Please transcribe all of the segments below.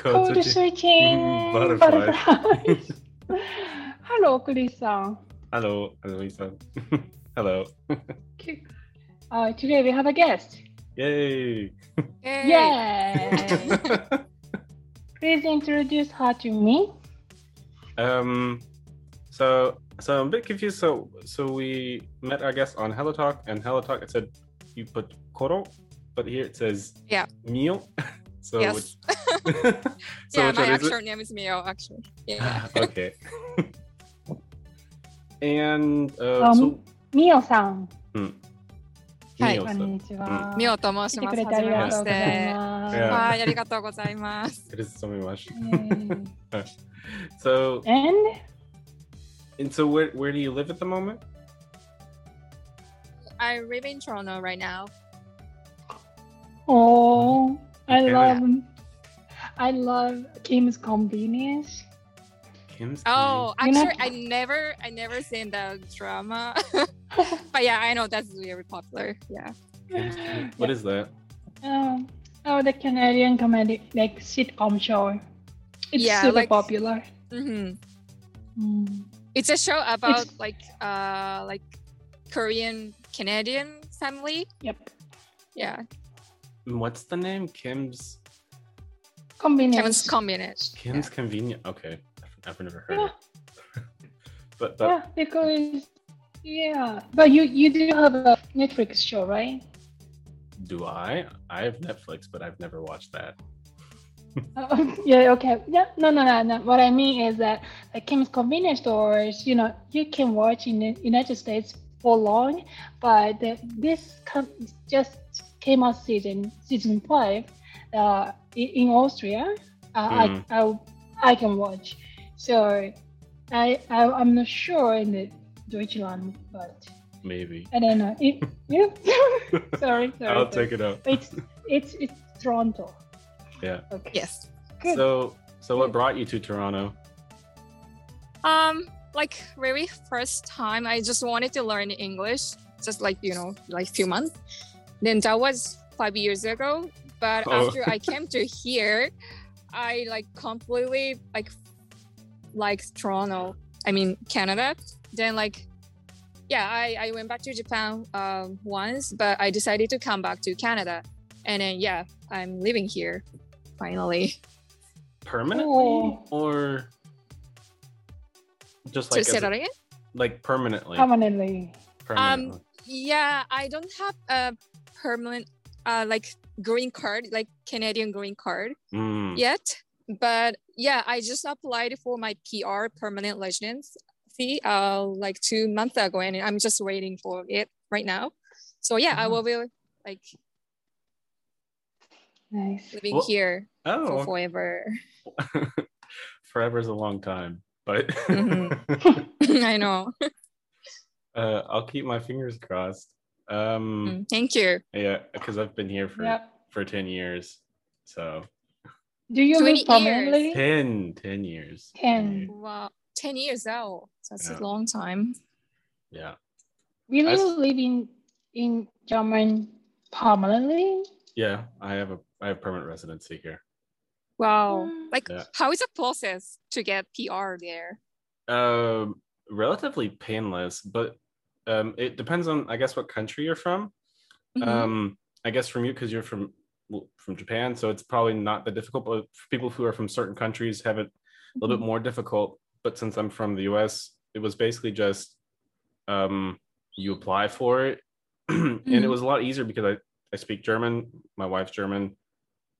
コール水水ンバタフライ ハロー、クリスさん。 Hello, hello, Ethan. hello. Ki- Uh, today we have a guest. Yay. Yay. Yay! Please introduce her to me. um, so, so I'm a bit confused. So, so we met our guest on Hello Talk, and Hello Talk it said you put koro, but here it says Yeah. mio. So, Yes. which, so yeah, which one my is it? actual name is Mio, actually. Yeah. Ah, okay. and uh, Um, so, ミオさん、はいミこオさんんにちは。ミオと申来してまくす。れてあはじりめがとうましございて。ます。Ah. Mm. Yeah. はい、ありがとうござ It is います。so much. イェイ So, And and so, where where do you live at the moment? I live in Toronto right now. oh, I Okay. love, I love Kim's convenience. Kim's. Oh, You know- actually, I never, I never seen the drama. but yeah, I know that's really popular. Yeah. Kim's Convenience. What is that? Um, oh, the Canadian comedy like sitcom show. It's Yeah, super like- popular. hmm Mm. It's a show about It's- like, uh, like Korean Canadian family. Yep. Yeah, What's the name? Kim's Convenience. Kevin's combination. Kim's Convenient. Okay, I've never heard. Yeah. It. But but yeah, because yeah, but you you do have a Netflix show, right? do I? I have Netflix, but I've never watched that. Uh, yeah. Okay. Yeah. No. No. No. No. What I mean is that like Kim's convenience stores, you know, you can watch in the United States for long, but the, this com- just came out season season five, uh, i- in Austria. Uh, Mhm. I, I I can watch. So, I, I I'm not sure in the Deutschland, but Maybe I don't know. It, yeah. sorry. Sorry. I'll sorry. take it out. It's it's it's Toronto. Yeah. Okay. Yes. Good. So so what Good. brought you to Toronto? Um, like very first time, I just wanted to learn English, just like you know, like few months. Then that was five years ago. But Oh. after I came to here, I like completely like like Toronto. I mean Canada. Then like yeah, I I went back to Japan uh, once, but I decided to come back to Canada, and then yeah, I'm living here finally. Permanently Oh. or just So like say as, that a- again. like permanently? Permanently. permanently. Um, Yeah, I don't have a permanent uh like green card, like Canadian green card Mm, yet. But yeah, I just applied for my PR permanent residency uh like two months ago and I'm just waiting for it right now. So yeah, I Ah. will be like Nice. living Well, here for Oh, forever. forever's a long time, but Mm-hmm. Mhm. I know. uh, I'll keep my fingers crossed. Um, Mm, Thank you. Yeah, because I've been here for Yeah. for 10 years. So Do you 20 live years. permanently? 10, 10 years. 10. Wow. 10 years now. That's Yeah. a long time. Yeah. Will I you s- live in in German permanently? Yeah, I have a I have permanent residency here. Wow. Mm. Like Yeah. how is the process to get PR there? Um relatively painless, but um it depends on I guess what country you're from. Mhm. Um I guess from you because you're from well, from Japan, so it's probably not that difficult, but for people who are from certain countries have it a little bit more difficult. But since I'm from the US, it was basically just um, you apply for it. And it Mhm. was a lot easier because I, I speak German, my wife's German,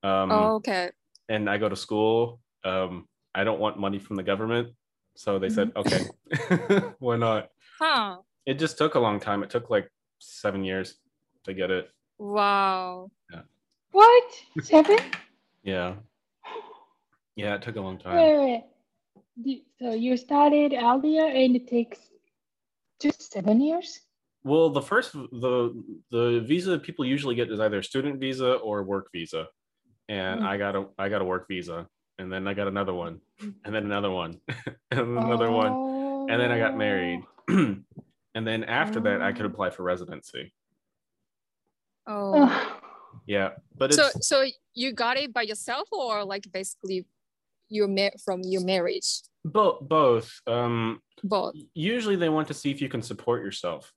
um, oh, okay. and I go to school. Um, I don't want money from the government. So they said, okay, why not? Huh. It just took a long time. It took like seven years to get it. Wow. What? Seven? Yeah. Yeah, it took a long time. wait, wait. D- So you started earlier and it takes just seven years? Well, the first the the visa people usually get is either student visa or work visa, and Mm. I got a I got a work visa, and then I got another one, and then another one, and then another one, Oh, and then I got married, and then after that I could Oh. apply for residency. Oh. Oh. Yeah, but it's So so you got it by yourself or like basically your ma- from your marriage? Bo- both. Um, Both. usually they want to see if you can support yourself.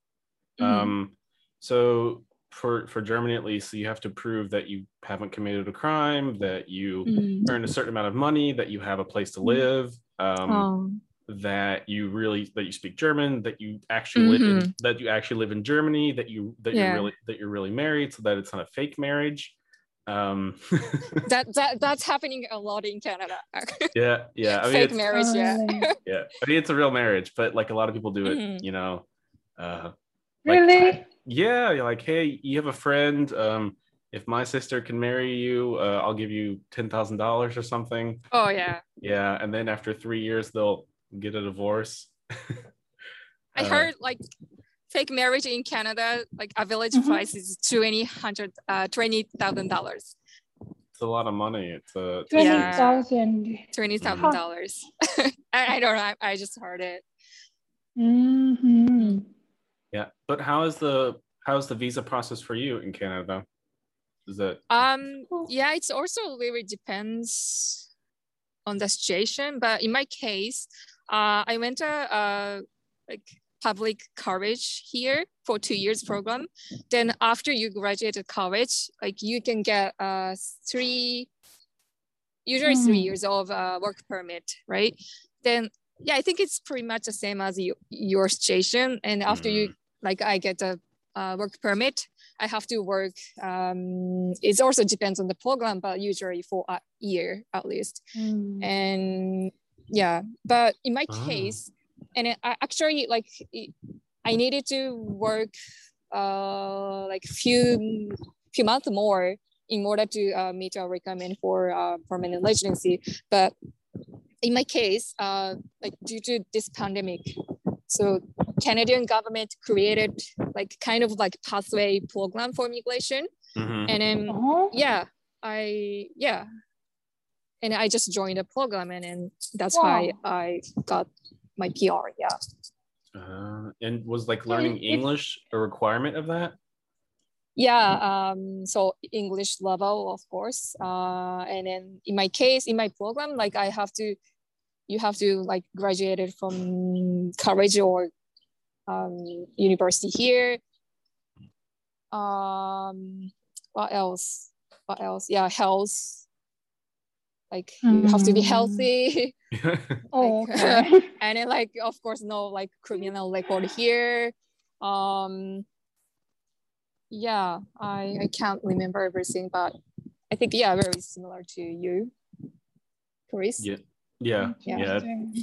Mm. Um, so for for Germany at least, you have to prove that you haven't committed a crime, that you Mhm. earn a certain amount of money, that you have a place to Mhm. live, um, Um, that you really that you speak German, that you actually live in, that you actually live in Germany, that you that Mm-hmm. Yeah. you're really that you're really married, so that it's not a fake marriage. Um, that that that's happening a lot in Canada. yeah, yeah. I mean, Fake it's- Oh. marriage, yeah. Really? yeah. I mean, it's a real marriage, but like a lot of people do it, Mhm. you know. Uh, Like, really? yeah you're like hey you have a friend um if my sister can marry you uh, i'll give you $10000 or something Oh yeah. yeah and then after three years they'll get a divorce I Uh, heard like fake marriage in Canada, like a village Mhm. price is twenty hundred uh twenty thousand dollars. it's a lot of money it's a it's a- Twenty Yeah. thousand. Twenty thousand dollars. I, I don't know. I, I just heard it. Mm-hmm. yeah but how is the how's the visa process for you in canada is that Um Cool. yeah, it's also really depends on the situation. But in my case, uh, I went to uh, like public college here for two years program. Then after you graduated college, like you can get uh, three, usually three Mhm. years of uh, work permit, right? Then yeah, I think it's pretty much the same as you, your situation. And after you like I get a uh, work permit, I have to work. Um, it also depends on the program, but usually for a year at least. Mm-hmm. And yeah, but in my Ah. case, and it- I actually like it- I needed to work uh, like few few months more in order to uh, meet our requirement for uh, permanent residency. But in my case, uh, like due to this pandemic, so Canadian government created like kind of like pathway program for migration, Mhm. and then Oh, yeah i yeah and i just joined the program and then that's why Wow. i got my pr yeah Uh, and was like learning Yeah, it- english a requirement of that yeah um so english level of course uh and then in my case in my program like i have to you have to like graduated from college or um, university here um what else what else yeah health like you have to be Mm. healthy oh like- okay. and then like of course no like criminal record here um yeah i i can't remember everything but i think yeah very similar to you chris yeah yeah Yeah. yeah Interesting.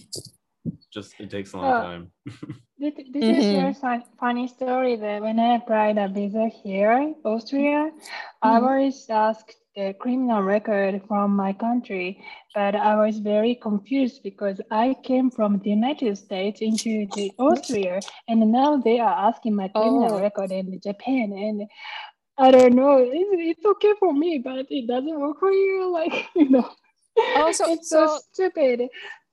just it takes a long Uh, time This, this is Mhm. your si- funny story that when I applied a visa here, Austria, I Mhm. was asked the criminal record from my country, but I was very confused because I came from the United States into the Austria, and now they are asking my criminal Oh. record in Japan, and I don't know, it's, it's okay for me, but it doesn't work for you, like you know. Oh, so- it's so, so- stupid.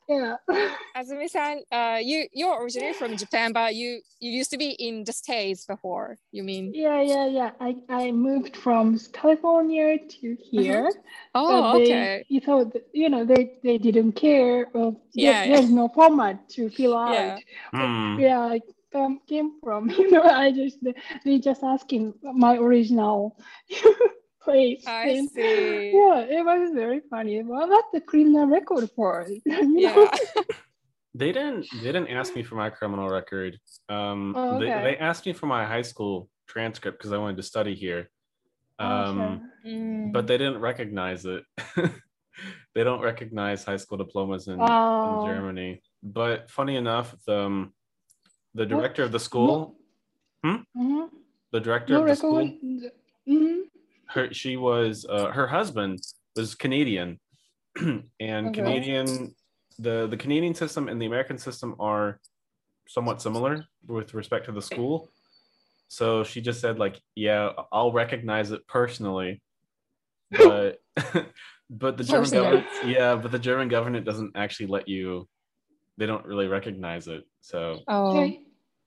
Yeah. azumi-san uh you you're originally from japan but you you used to be in the states before you mean Yeah, yeah, yeah. I, I moved from California to here. oh they, okay You thought, that, you know, they, they didn't care. Of, Yeah, yeah, yeah. There's no format to fill out. Yeah. Yeah, Hmm. I um, came from, you know, I just, they just asking my original place. i And, see Yeah, it was very funny. Well, that's the criminal record for it. you know? yeah they didn't they didn't ask me for my criminal record um Oh, okay. they, they asked me for my high school transcript because i wanted to study here Oh, um Mm. but they didn't recognize it they don't recognize high school diplomas Oh, in, in Wow. germany but funny enough the, um, the What? director of the school Mhm. the director No of the school record. hmm her she was uh, her husband was Canadian, and Canadian the the Canadian system and the American system are somewhat similar with respect to the school. So she just said like, yeah, I'll recognize it personally, but but the German Personally. government, yeah, but the German government doesn't actually let you. They don't really recognize it. So oh So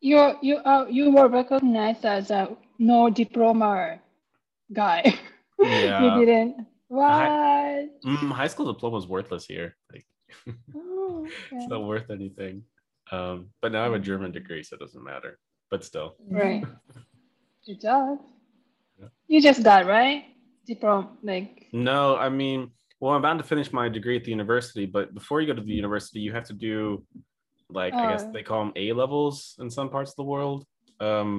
you you uh, you were recognized as a no diploma guy. Yeah. you didn't. What? Mm, high school diploma is worthless here. Like, Oh, okay. it's not worth anything. Um, but now I have a German degree, so it doesn't matter. But still, Right. Good job. Yeah. You just got right diploma, like no, I mean, well, I'm about to finish my degree at the university, but before you go to the university, you have to do, like, I guess Oh. they call them A levels in some parts of the world. Um,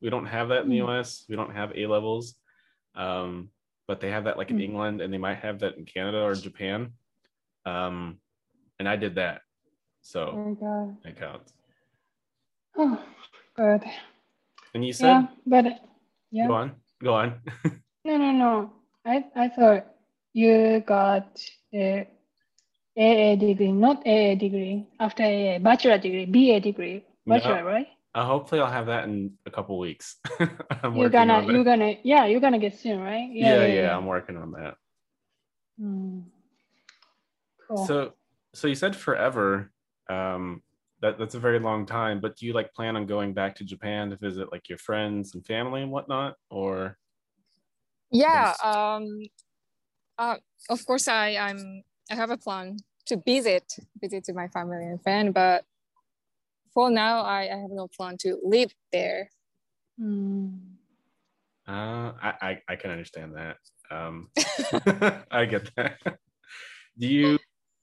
we don't have that in Hmm. the US. We don't have A levels, um, but they have that like in Mm. England, and they might have that in Canada or Japan. Um, and I did that, oh so my god. it counts. Oh, good. And you said, Yeah, but yeah. go on, go on. No, no, no. I I thought you got a AA degree, not AA degree. After AA, bachelor degree, BA degree, No. bachelor, right? Uh, hopefully, I'll have that in a couple weeks. I'm You're working gonna, on that. you're gonna, yeah, you're gonna get soon, right? yeah, yeah, I'm working on that. Hmm. Cool. So, so you said forever. Um, that that's a very long time. But do you like plan on going back to Japan to visit like your friends and family and whatnot, or Yeah. Yes. Um. Uh, of course, I I'm I have a plan to visit visit to my family and friend, but for now, I, I have no plan to live there. Hmm. uh, I, I I can understand that. Um, I get that. do you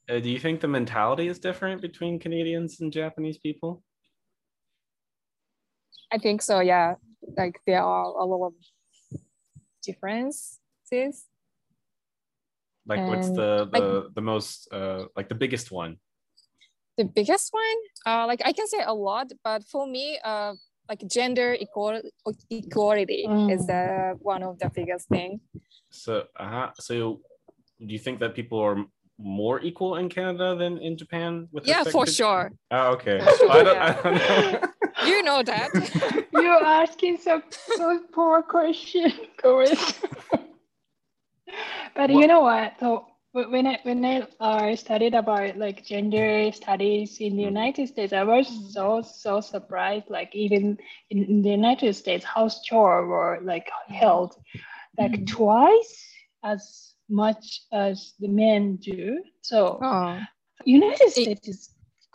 uh, do you think the mentality is different between Canadians and Japanese people? I think so. Yeah. Like there are a lot of differences. Like, what's Um, the like- the the most uh like the biggest one? the biggest one uh, like i can say a lot but for me uh, like gender equal- equality is the one of the biggest thing So, uh-huh. so do you think that people are m- more equal in Canada than in Japan? With yeah respect for to- sure Oh, okay. For sure, I don't, yeah. you know that I don't know. You're asking some so poor question, Chris. but you What- know what? So wh- when I when I uh, studied about like gender studies in the Mhm. United States, I was Mm. so so surprised. Like even in, in the United States, house chore were like held like Mhm. twice as much as the men do. So oh. United States is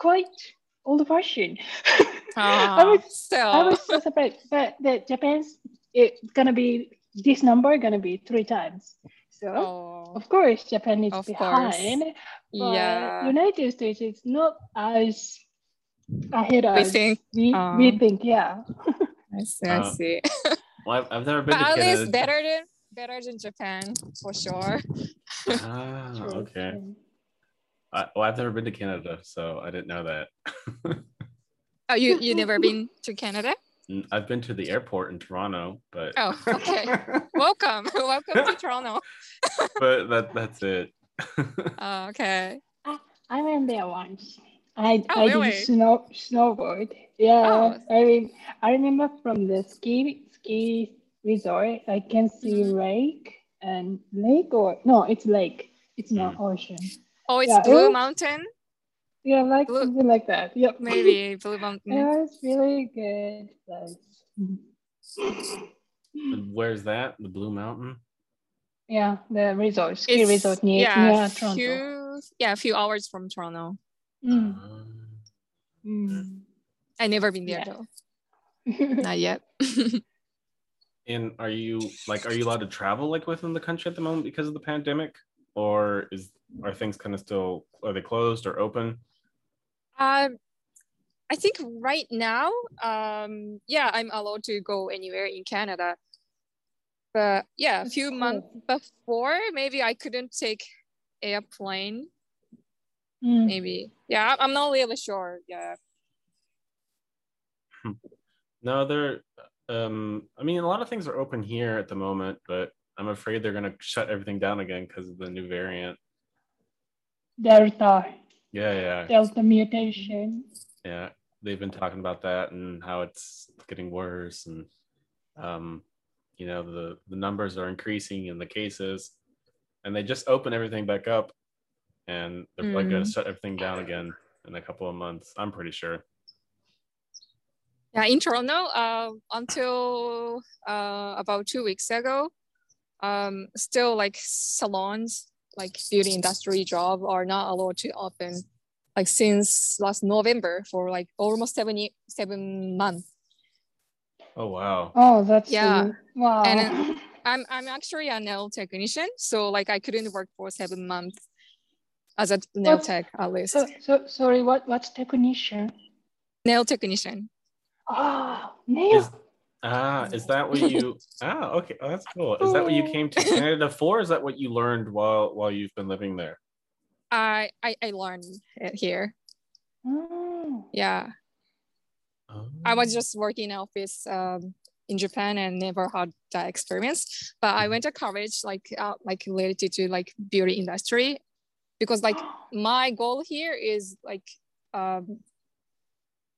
quite old fashioned. I Ah, was I so was so surprised, but the Japan's it's gonna be this number gonna be three times. So oh, of course Japan is Of course. behind, but yeah United States is not as ahead i as think we, uh, we think. Yeah, i see, I Uh, see. well, I've, I've never been but to at Canada. least better than better than japan for sure Ah, okay. I, well, I've never been to Canada, so I didn't know that. oh you you never been to canada N- I've been to the airport in Toronto, but oh okay welcome welcome to toronto but that that's it. oh, okay I went there once. I I Oh, really? did snow snowboard. Yeah, Oh. I mean I remember from the ski ski resort I can see Mhm. lake and lake or no it's lake it's not ocean. oh it's Yeah, it blue was- mountain Yeah, like Look. something like that. Yep. maybe blue mountain it was really good. Mm. Like, And Where's that? The Blue Mountain. yeah, the resort ski It's- resort near yeah, near Toronto. Few, yeah, a few hours from Toronto. Hmm. Mm, Um, mm. I never been there Yeah. though. Not yet. And are you like are you allowed to travel like within the country at the moment because of the pandemic, or is are things kind of still are they closed or open? Um, I think right now, um, yeah, I'm allowed to go anywhere in Canada. But yeah, a That's few cool. months before, maybe I couldn't take airplane. Mm. Maybe. Yeah, I'm not really sure. Yeah. No, they're. Um, I mean, a lot of things are open here at the moment, but I'm afraid they're gonna shut everything down again because of the new variant. Delta Yeah, yeah, Delta mutation. yeah. They've been talking about that and how it's getting worse, and um, you know the the numbers are increasing in the cases, and they just open everything back up, and they're like gonna shut everything down again in a couple of months. I'm pretty sure. Yeah, in Toronto, uh, until uh, about two weeks ago, um, still like salons, like beauty industry job are not allowed to open like since last November for like almost seven, ye- seven months. Oh wow. Oh, that's Yeah. really- wow. And then- I'm I'm actually a nail technician, so like I couldn't work for seven months as a nail What? tech at least. so, so sorry. What what's technician? Nail technician. Ah, nail. Is- Ah, is that what you? ah, okay. Oh, that's cool. Is that what you came to Canada for? Is that what you learned while while you've been living there? I I, I learned it here. Oh. Yeah, I Oh, was just working in office um, in Japan and never had that experience. But I went to college like uh, like related to like beauty industry, because like my goal here is like um,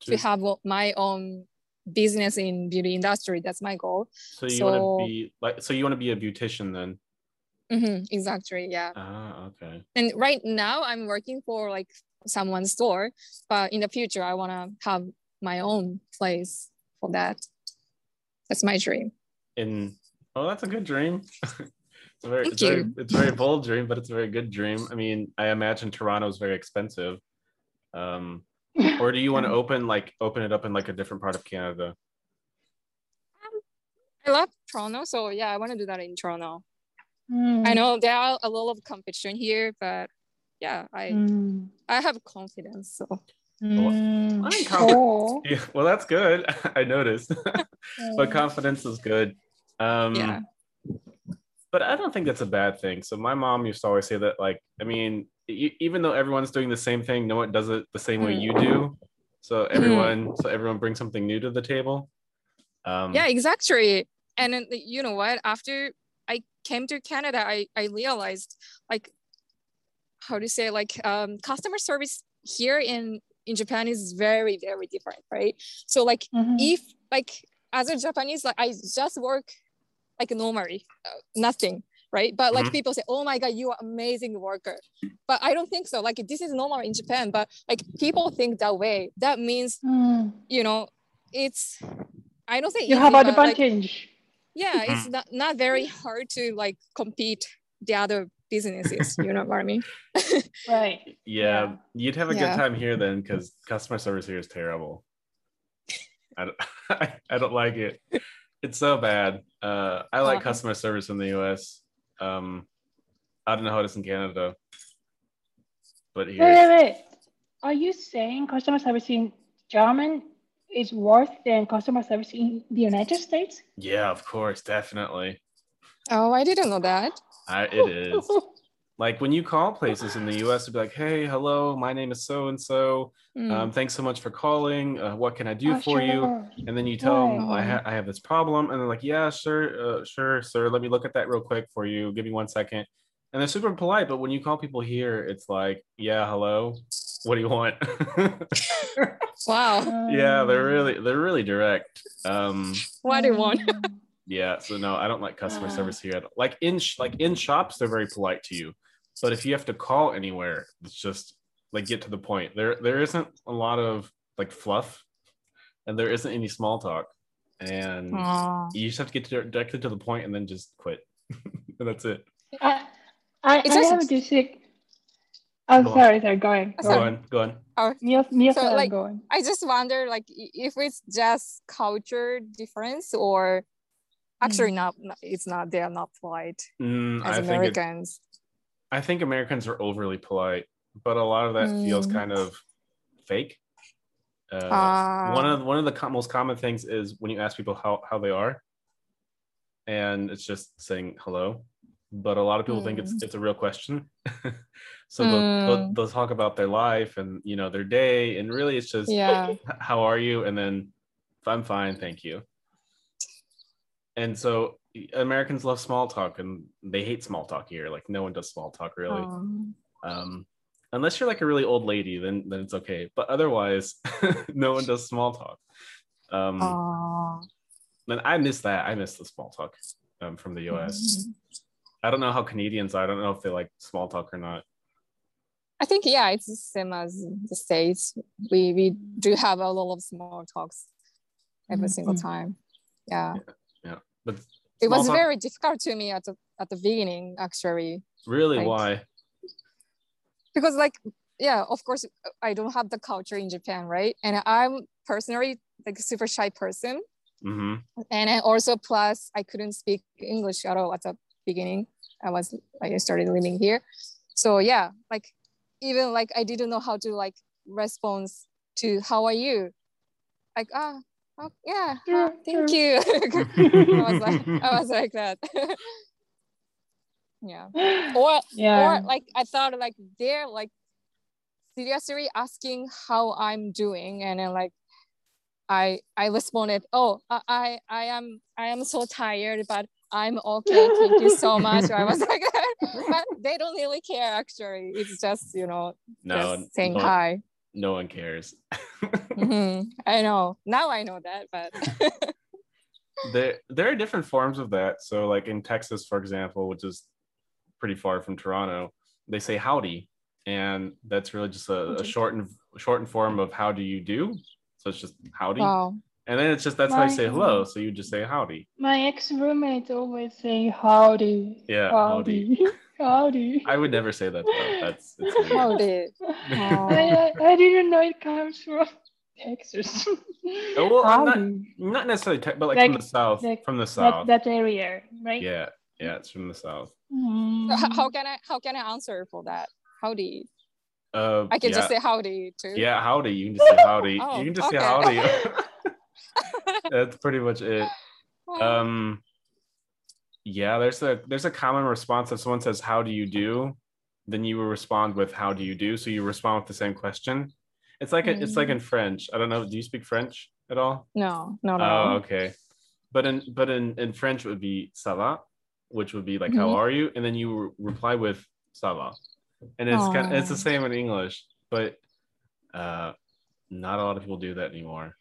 to Just- have my own business in beauty industry. That's my goal. so you so- want to be like so you want to be a beautician then? hmm exactly. Yeah. Ah, okay. And right now I'm working for like someone's store, but in the future I want to have my own place for that. That's my dream. And oh, that's a good dream. it's a very, Thank it's, very you. it's a very bold dream, but it's a very good dream. I mean, I imagine Toronto's very expensive. Um, or do you Mm. want to open like open it up in like a different part of Canada? I love Toronto, so yeah, I want to do that in Toronto. Mm. I know there are a lot of competition here, but yeah, I Mm. I have confidence. So I'm Mm. confident. Cool. Yeah, well, that's good. I noticed. but Mm. confidence is good. Um, yeah, But I don't think that's a bad thing. So my mom used to always say that, like, I mean, e- even though everyone's doing the same thing, no one does it the same way Mm. you do. So everyone, so everyone brings something new to the table. Um, yeah, exactly. And then, you know what? After I came to Canada, I I realized like how to say like um, customer service here in in Japan is very very different, right? So like Mhm. if like as a Japanese, like I just work like normally, uh, nothing, right? But like Mhm. people say, "Oh my god, you are amazing worker," but I don't think so. Like this is normal in Japan, but like people think that way. That means Mm. you know, it's I don't say You easy, have but, like, advantage. yeah, it's not, not very hard to like compete the other businesses. you know what I mean? right. yeah, Yeah. You'd have a Yeah. good time here then, because customer service here is terrible. I don't, I don't like it. It's so bad. Uh, I like Uh-huh. customer service in the U.S. Um, I don't know how it is in Canada, but here. Wait, wait, wait. Are you saying customer service in German is worse than customer service in the United States? Yeah, of course, definitely. Oh, I didn't know that. I, it is. Like when you call places in the U.S. to be like, "Hey, hello, my name is so and so. Mm. Um, Thanks so much for calling. Uh, what can I do Oh, for you?" sure. And then you tell them, Right. I, ha- "I have this problem," and they're like, "Yeah, sure, uh, sure, sir. Let me look at that real quick for you. Give me one second. And they're super polite, but when you call people here, it's like, "Yeah, hello. What do you want?" wow, yeah, they're Mm. really they're really direct. Um, what do you want? Mm. Yeah, so no, I don't like customer Ah. Uh. service here. at all. Like in sh- like in shops, they're very polite to you, but if you have to call anywhere, it's just like get to the point. There there isn't a lot of like fluff, and there isn't any small talk, and Aw. you just have to get to- directly to the point and then just quit, and that's it. I, I, It's I also- have this. I'm Go on. Oh, sorry, sorry, go on. That's Go Go on. on, go on. Mia, Mia, So, so, like- go on. I just wonder like i- if it's just culture difference or actually not. not- It's not. They are not polite Mm, as I think it, Americans. I think Americans are overly polite, but a lot of that feels Mm. kind of fake. Uh, Ah, one of one of the com- most common things is when you ask people how how they are, and it's just saying hello. But a lot of people think it's it's a real question, so they'll, they'll, Mm. they'll talk about their life and you know their day, and really it's just yeah. "H- how are you, and then I'm fine, thank you. And so Americans love small talk, and they hate small talk here. Like no one does small talk really Um, um, unless you're like a really old lady then then it's okay but otherwise no one does small talk um Oh. aw. and i miss that i miss the small talk um, from the us Mm-hmm. i don't know how canadians are. i don't know if they like small talk or not I think yeah, it's the same as the states. We we do have a lot of small talks every single Mhm. time. Yeah, but it Small was talk- very difficult to me at the, at the beginning actually Really? Right. Why? because like yeah of course I don't have the culture in Japan right and I'm personally like a super shy person hmm and I also plus I couldn't speak English at all at the beginning I was like I started living here so yeah like even like I didn't know how to like respond to how are you like ah oh, yeah ah, thank you I was like oh, I was like that yeah or yeah. or like I thought like they're like seriously asking how I'm doing and then like I I responded oh I I, I am I am so tired but I'm okay thank you so much I was like but they don't really care actually it's just you know no, just saying no, hi no one cares. Mhm. I know now I know that but there there are different forms of that. So like in Texas, for example, which is pretty far from Toronto, they say howdy, and that's really just a, a Howdy. shortened shortened form of how do you do. So it's just howdy, wow and then it's just that's how you Right. say hello. So you just say howdy. My ex roommates always say howdy. Yeah, Howdy. Howdy. I would never say that. Though. That's it's weird. how did I, I, I didn't know it comes from Texas. Oh, well, I'm not- Howdy. not necessarily tech, but like, Like- from the south. like- from the That, south. that area, right? yeah, yeah, it's from the south. Mm. So how how can I how can I answer for that howdy Uh, I can yeah. just say howdy too Yeah, howdy. You can just say howdy. Oh, you can just say okay. howdy. That's pretty much it. Wow. Um, yeah, there's a there's a common response if someone says how do you do, then you will respond with how do you do. So you respond with the same question. It's like a, it's like in French. I don't know. Do you speak French at all? No, no, no. Oh, okay. But in but in in French it would be ça va, which would be like how Mhm. are you, and then you re- reply with ça va, and it's kind Oh. it's the same in English, but uh, not a lot of people do that anymore.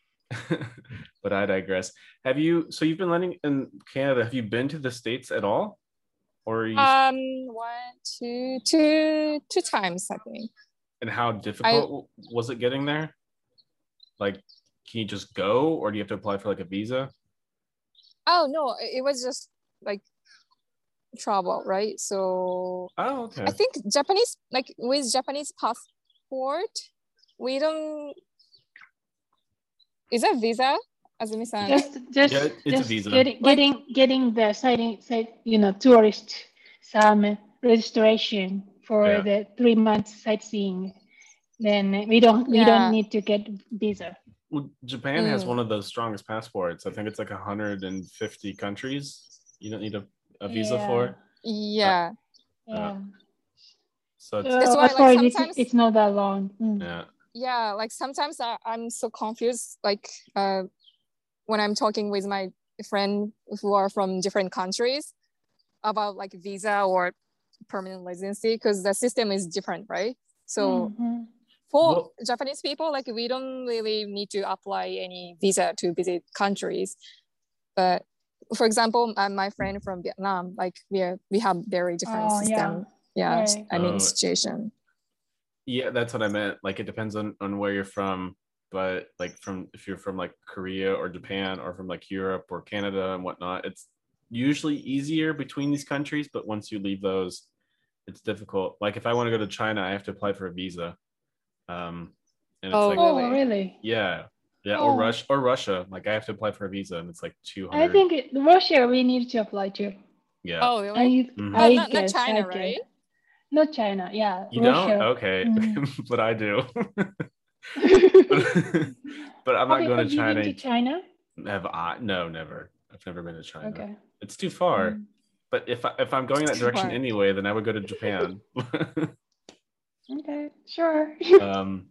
but I digress. Have you? So you've been living in Canada. Have you been to the states at all, or are you, Um, one, two, two, two times I think. and how difficult was it getting there? Like, can you just go, or do you have to apply for like a visa? Oh no, it it was just like travel, right? So Oh, okay. I think Japanese, like with Japanese passport, we don't. Is that visa, Azumi-san? just just, Yeah, it's a just visa. getting getting getting the citing cite, you know tourist some registration for Yeah. the three months sightseeing then we don't we Yeah. don't need to get visa Well, Japan has Mm. one of the strongest passports. I think it's like 150 countries you don't need a, a visa Yeah. for. Uh, Yeah, yeah So it's, so That's why, like, that's why it's, sometimes- it's not that long Mm. yeah. yeah. Like sometimes I, I'm so confused. Like uh, when I'm talking with my friend who are from different countries about like visa or permanent residency because the system is different, right? So Mhm. for Well- Japanese people, like we don't really need to apply any visa to visit countries. But for example, uh, my friend from Vietnam, like we are, we have very different Oh, yeah. system. Yeah, Right. I mean Oh. situation. Yeah, that's what I meant. Like it depends on, on where you're from, but like from if you're from like Korea or Japan or from like Europe or Canada and whatnot, it's usually easier between these countries, but once you leave those, it's difficult. Like if I want to go to China, I have to apply for a visa. Um and it's Oh, like oh Really? really Yeah. Yeah. Oh. Or Rush or Russia. Like I have to apply for a visa and it's like two i hundred. think it- russia we need to apply to yeah. Oh, really? I, Mhm. I But not- not guess, China, I guess. right? not china yeah you russia don't? Okay. Mm. but I do. but Oh. I'm not Okay, going have to you China. been to china Have I no, never. I've never been to China. okay It's too far. Mm. But if I, if I'm going that Too direction far. anyway, then I would go to Japan. Okay, sure. um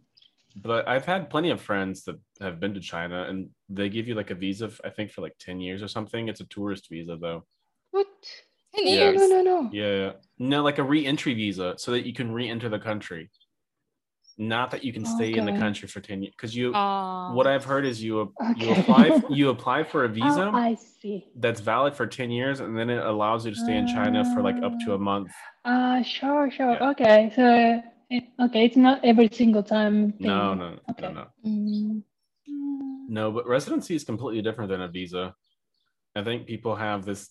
but I've had plenty of friends that have been to China and they give you like a visa f- I think for like 10 years or something. It's a tourist visa though. what? Ten Yeah. No, years. no, no, no. Yeah. No, like a re-entry visa so that you can re-enter the country. Not that you can stay in the Okay. Oh. country for 10 years cuz you Uh, what I've heard is you you Okay. apply you apply for a visa Oh, I see. that's valid for 10 years and then it allows you to stay in China for like up to a month. Uh sure, sure. Yeah. Okay, so it, okay, it's not every single time. Thing. No, no, no, Okay. no. mm, Mm, No, but residency is completely different than a visa. I think people have this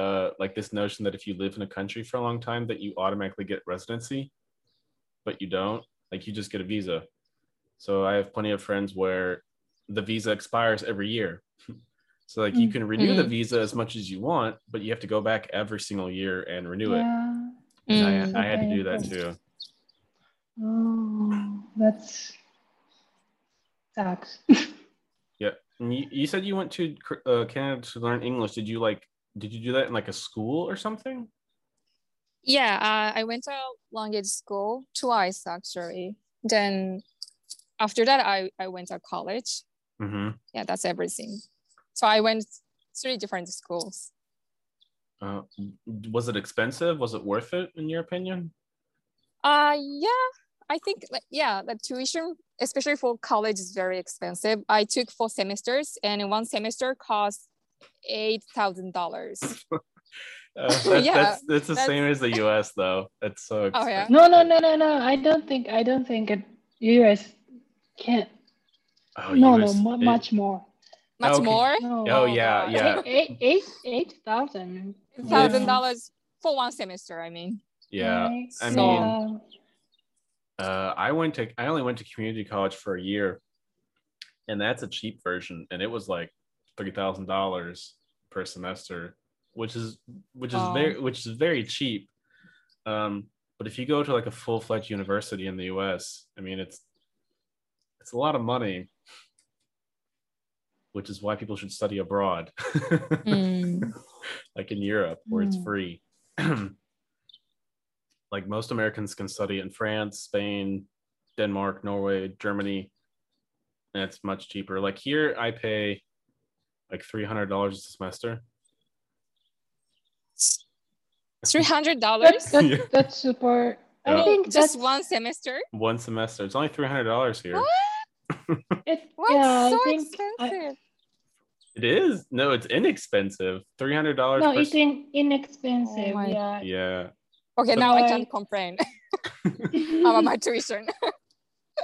uh, like this notion that if you live in a country for a long time, that you automatically get residency, but you don't. Like you just get a visa. So I have plenty of friends where the visa expires every year. so like you can renew the Mhm. visa as much as you want, but you have to go back every single year and renew it. yeah. And I, I had to okay, do that okay. too. Oh, that's sucks. And you, you said you went to Cr- uh, Canada to learn English. Did you like? Did you do that in like a school or something? Yeah, uh, I went to language school twice actually. Then after that, I, I went to college. Mm-hmm. Yeah, that's everything. So I went three different schools. Uh, was it expensive? Was it worth it in your opinion? Uh, yeah, I think, like, yeah, the tuition, especially for college, is very expensive. I took four semesters, and one semester cost $8,000. Uh, that- Yeah, that's that's the that's- same as the U.S. though. That's so. Oh, yeah. expensive. No, no, no, no, no. I don't think. I don't think it. U.S. can't. Oh, no, US no, mu it- much uh, more. Much Okay. more? No. Oh, yeah, God. yeah. Eight, eight, eight thousand. $1,000 for one semester, I mean. Yeah, Right? I Yeah. uh, I went to I only went to community college for a year, and that's a cheap version, and it was like three thousand dollars per semester, which is which is Wow. very which is very cheap. Um, but if you go to like a full fledged university in the U.S., I mean it's it's a lot of money, which is why people should study abroad, like in Europe where it's Mm. free. like most Americans can study in France, Spain, Denmark, Norway, Germany, and it's much cheaper. Like here, I pay like three hundred dollars a semester. That's, $300? Yeah. that's, that's super. I Yeah. think that's, Just one semester? One semester, it's only three hundred dollars here. What? It, What's yeah, so I think I- expensive? It is no, it's inexpensive. Three hundred dollars. no, per it's in, inexpensive. Oh my- yeah. yeah, Okay, But- now I Why? can't complain about Oh, my tuition.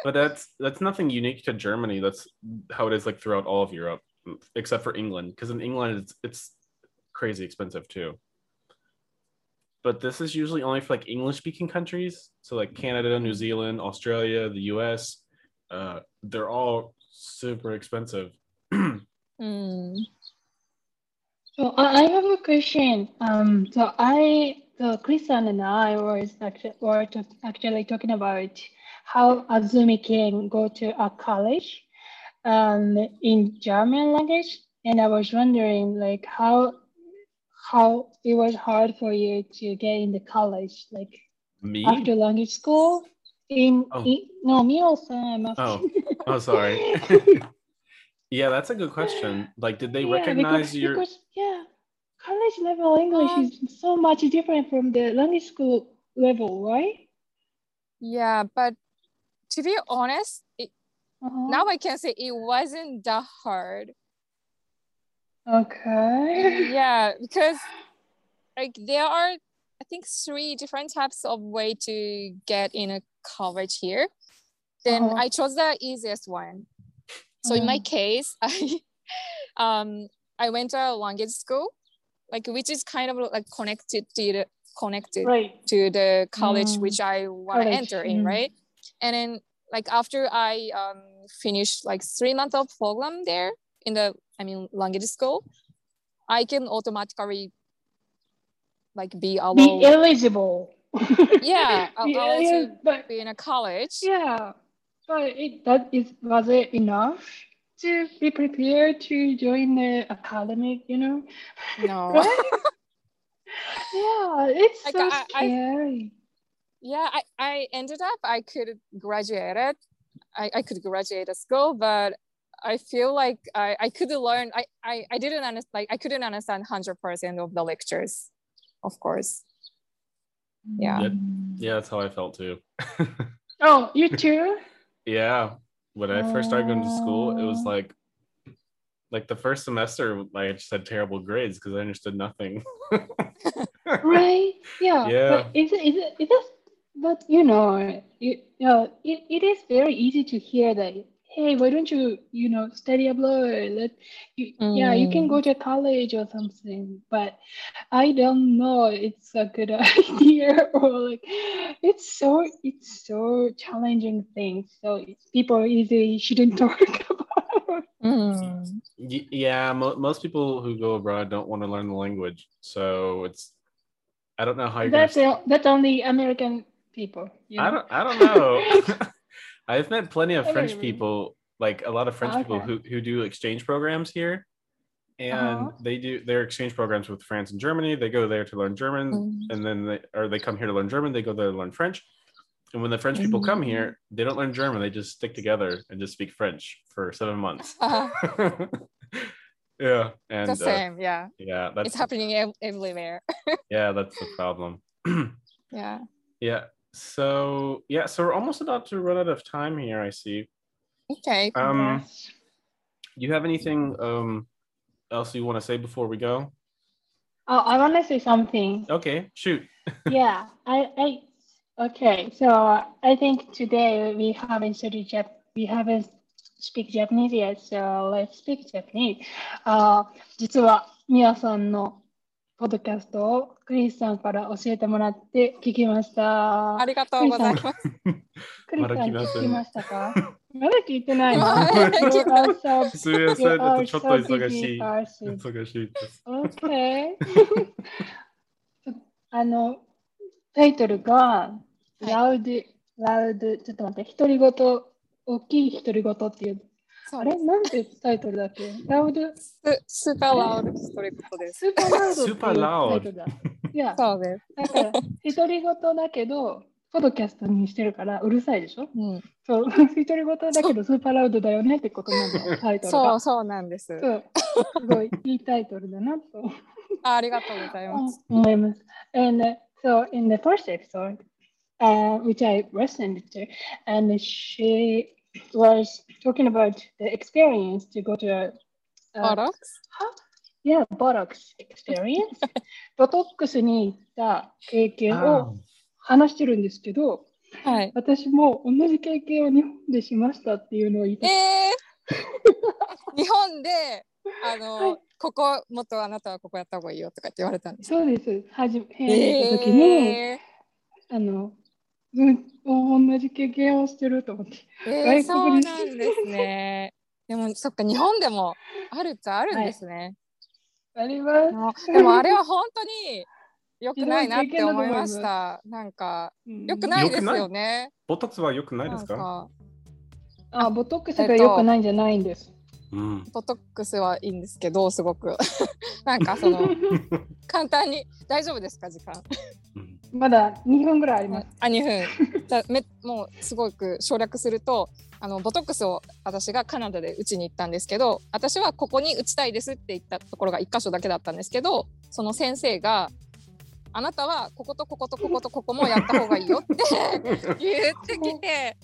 but that's that's nothing unique to Germany. That's how it is like throughout all of Europe, except for England, because in England it's it's crazy expensive too. But this is usually only for like English speaking countries, so like Canada, New Zealand, Australia, the U.S. Uh, they're all super expensive. Mm. So I I have a question. Um, so I, so Christian and I was actually were to, actually talking about how Azumi can go to a college, um, in German language, and I was wondering like how, how it was hard for you to get into college, like Me? after language school. In, Oh. in no, me also. I'm Oh, oh, sorry. yeah, that's a good question. Like, did they Yeah, recognize because, your? because yeah college level english Um, is so much different from the language school level right Yeah, but to be honest, it, uh-huh. now I can say it wasn't that hard. okay yeah, because like there are, I think, three different types of way to get in a college here. Then Uh-huh. I chose the easiest one. So in my Mhm. case, I um I went to a language school, like which is kind of like connected to the connected right to the college Mm. which I want to College, enter in, mm. right? And then like after I um, finished like three months of program there in the I mean language school, I can automatically like be be allowed eligible Yeah, I'll- Be- I'll yeah, also- but be in a college. yeah but it that is was it enough to be prepared to join the academic you know No. right yeah it's Like, so I- I- scary Yeah, I, I ended up I could graduate it. I, I could graduate a school, but I feel like I, I could learn I, I, I didn't understand like I couldn't understand hundred percent of the lectures, of course. yeah. Yep. Yeah, that's how I felt too. oh you too Yeah. When I first started going to school, it was Oh. like like the first semester I just had terrible grades because I understood nothing. right yeah Yeah. but it's it's it's just but you know you, you know it, it is very easy to hear that hey, why don't you, you know, study abroad? Let you, yeah, you can Mm. go to college or something. But I don't know. It's a good idea or like it's so it's so challenging thing. So people easily shouldn't talk about. Mm-hmm. Mm. Y- yeah, mo- most people who go abroad don't want to learn the language, so it's. I don't know how you're. That's gonna... the, that's only American people. you I know? don't. I don't know. I've met plenty of I don't French even- people, like a lot of French people Okay. who who do exchange programs here, and Uh-huh. they do their exchange programs with France and Germany. They go there to learn German, Mm-hmm. and then they or they come here to learn German. They go there to learn French, and when the French people come Mhm. here, they don't learn German. They just stick together and just speak French for seven months. Uh, yeah, and the uh, same, yeah. yeah, that's It's happening ev- everywhere. yeah, that's the problem. Yeah. yeah. So yeah, so we're almost about to run out of time here. I see. Okay. Um, Yes. you have anything um else you want to say before we go? Oh, I want to say something. Okay, shoot. yeah, I, I, okay. So I think today we haven't studied Jap, we haven't speak Japanese yet. So let's speak Japanese. Uh, あー実はミヤさんのポッドキャストをクリスさんから教えてもらって聞きました。ありがとうございます。クリスさんまだ聞きません聞きました か？まだ聞いてないの聞いてない You are so- すみませ you ん、なんか are ちょっ so と忙しい。 busy person. 忙しいです。 Okay. あの、タイトルが、いラウド、ラウド、ちょっと待って、独り言、大きい独り言っていう。そあうれなんてタイトルだっけラウド、ススーパーラウドストレートです。スーパーラウドっていスうーパーラウドタイトルだ。いや、そうです。だから、独り言だけど、ポッドキャストにしてるから、うるさいでしょうん、そう、独り言だけど、スーパーラウドだよねってことなんだよ、タイトルそうが。そうなんです。そう。すごいいいタイトルだなと。あありがとうございます。 Moments. And uh, so in the first episode, uh, which I listened to, and she was talking about the experience to go to a, ボ a ロックス yeah, botox experience. ボトックスに行った経 験あを話してるんですけど、はい。私も同じ経験を日本でしましたっていうのを言いえたい。ー 日本で、あの、はいここ、もっとあなたはここやった方がいいよとかって言われたんです。そうです。はじめ、部屋に行った時に、えあの、うん、同じ経験をしてると思って。ー、え外ー国人そうなんですね。でも、そっか、日本でもあるっちゃあるんですね。あります。でもでも、あれは本当に良くないなって思いました。なんか、良くないですよね。ボトックスは良くないですなんかかあ、ボトックスが良くないんじゃないんです。うん。ボトックスはいいんですけど、すごく。 なんか、その、簡単に、大丈夫ですか、時間。うんまだ2分ぐらいあります。あ2分じゃあめもうすごく省略するとあのボトックスを私がカナダで打ちに行ったんですけど私はここに打ちたいですって言ったところが1箇所だけだったんですけどその先生が「あなたはこことこことこことここもやった方がいいよ」って 言ってきて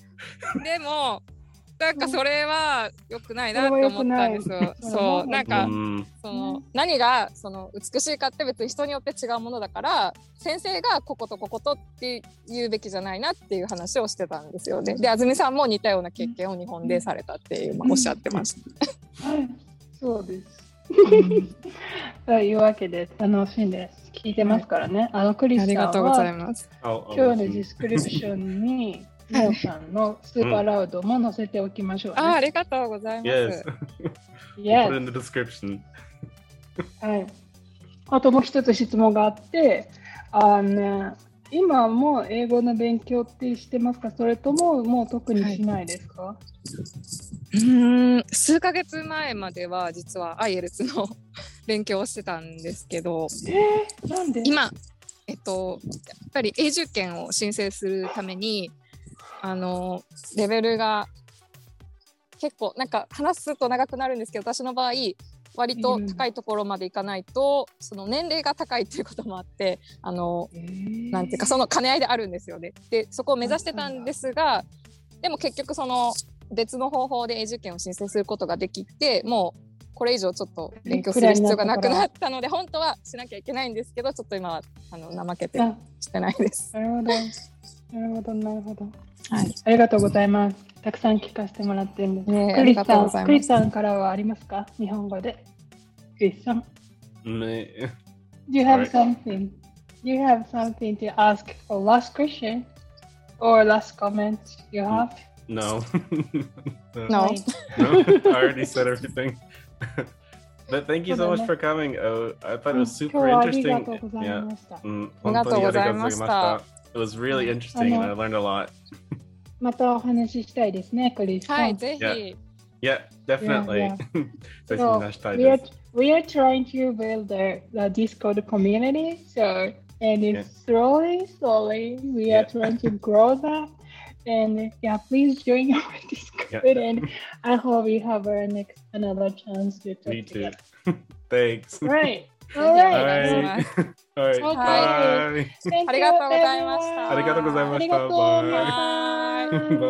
でもなんかそれは良くないなって思ったんですよ。それはそ良うくなないんかうんそうのん何がその美しいかって別に人によって違うものだから先生がこことこことって言うべきじゃないなっていう話をしてたんですよね。で安住さんも似たような経験を日本でされたっていう、まあおっしゃってました。はい、そうです。 というわけで楽しんで聞いてますからね。あのクリあスりさがんとうございはます。 I'll- I'll 今日の oh, listen. ディスクリプションにモーさんのスーパーラウドも載せておきましょう、ね。あありがとうございます。 Yes. Yes Put it in the description. はい。あともう一つ質問があって、あの今も英語の勉強ってしてますかそれとももう特にしないですか、うーん数ヶ月前までは実はアイエルツの 勉強をしてたんですけどえーなんで今、えっと、やっぱり永住権を申請するためにあのレベルが結構なんか話すと長くなるんですけど私の場合割と高いところまでいかないとその年齢が高いっていうこともあってあのなんていうかその兼ね合いであるんですよね。でそこを目指してたんですがでも結局その別の方法で永住権を申請することができてもうこれ以上ちょっと勉強する必要がなくなったので本当はしなきゃいけないんですけどちょっと今はあの怠けてあしてないです。なるほど。なるほど、なるほど。はい。ありがとうございます。たくさん聞かせてもらってるんです。ねクリスさありがとうござん、いますクリスさんからはありますか日本語で。クリスさん。Mm, Me- Do you have Right. something? Do you have something to ask for last question or last comment you have? No. Right. No. No, I already said everything. but thank you so much Whatever. for coming. Oh, I thought it 今 was 日 super はあり interesting. がとうござい Yeah. ました。 Mm, ありがとうございました。本当にありがとうございました。It was really Mm, interesting and I learned a lot. またお話ししたいですね、クリスさん。はい、ぜひ。 Yeah, definitely. yeah. ぜひ So, いらしたい we are です。 we are trying to build the, the Discord community. So and it's slowly, slowly we Yeah. are trying to grow that. And yeah, please join our Discord. Yeah. And I hope you have our next another chance to talk Me too. together. Thanks. Right. Yeah. All All right. Alright. right. All right. Bye. Bye. Thank you, ありがとうございました everyone. ありがとうございましたありがとうバイ皆さんバイ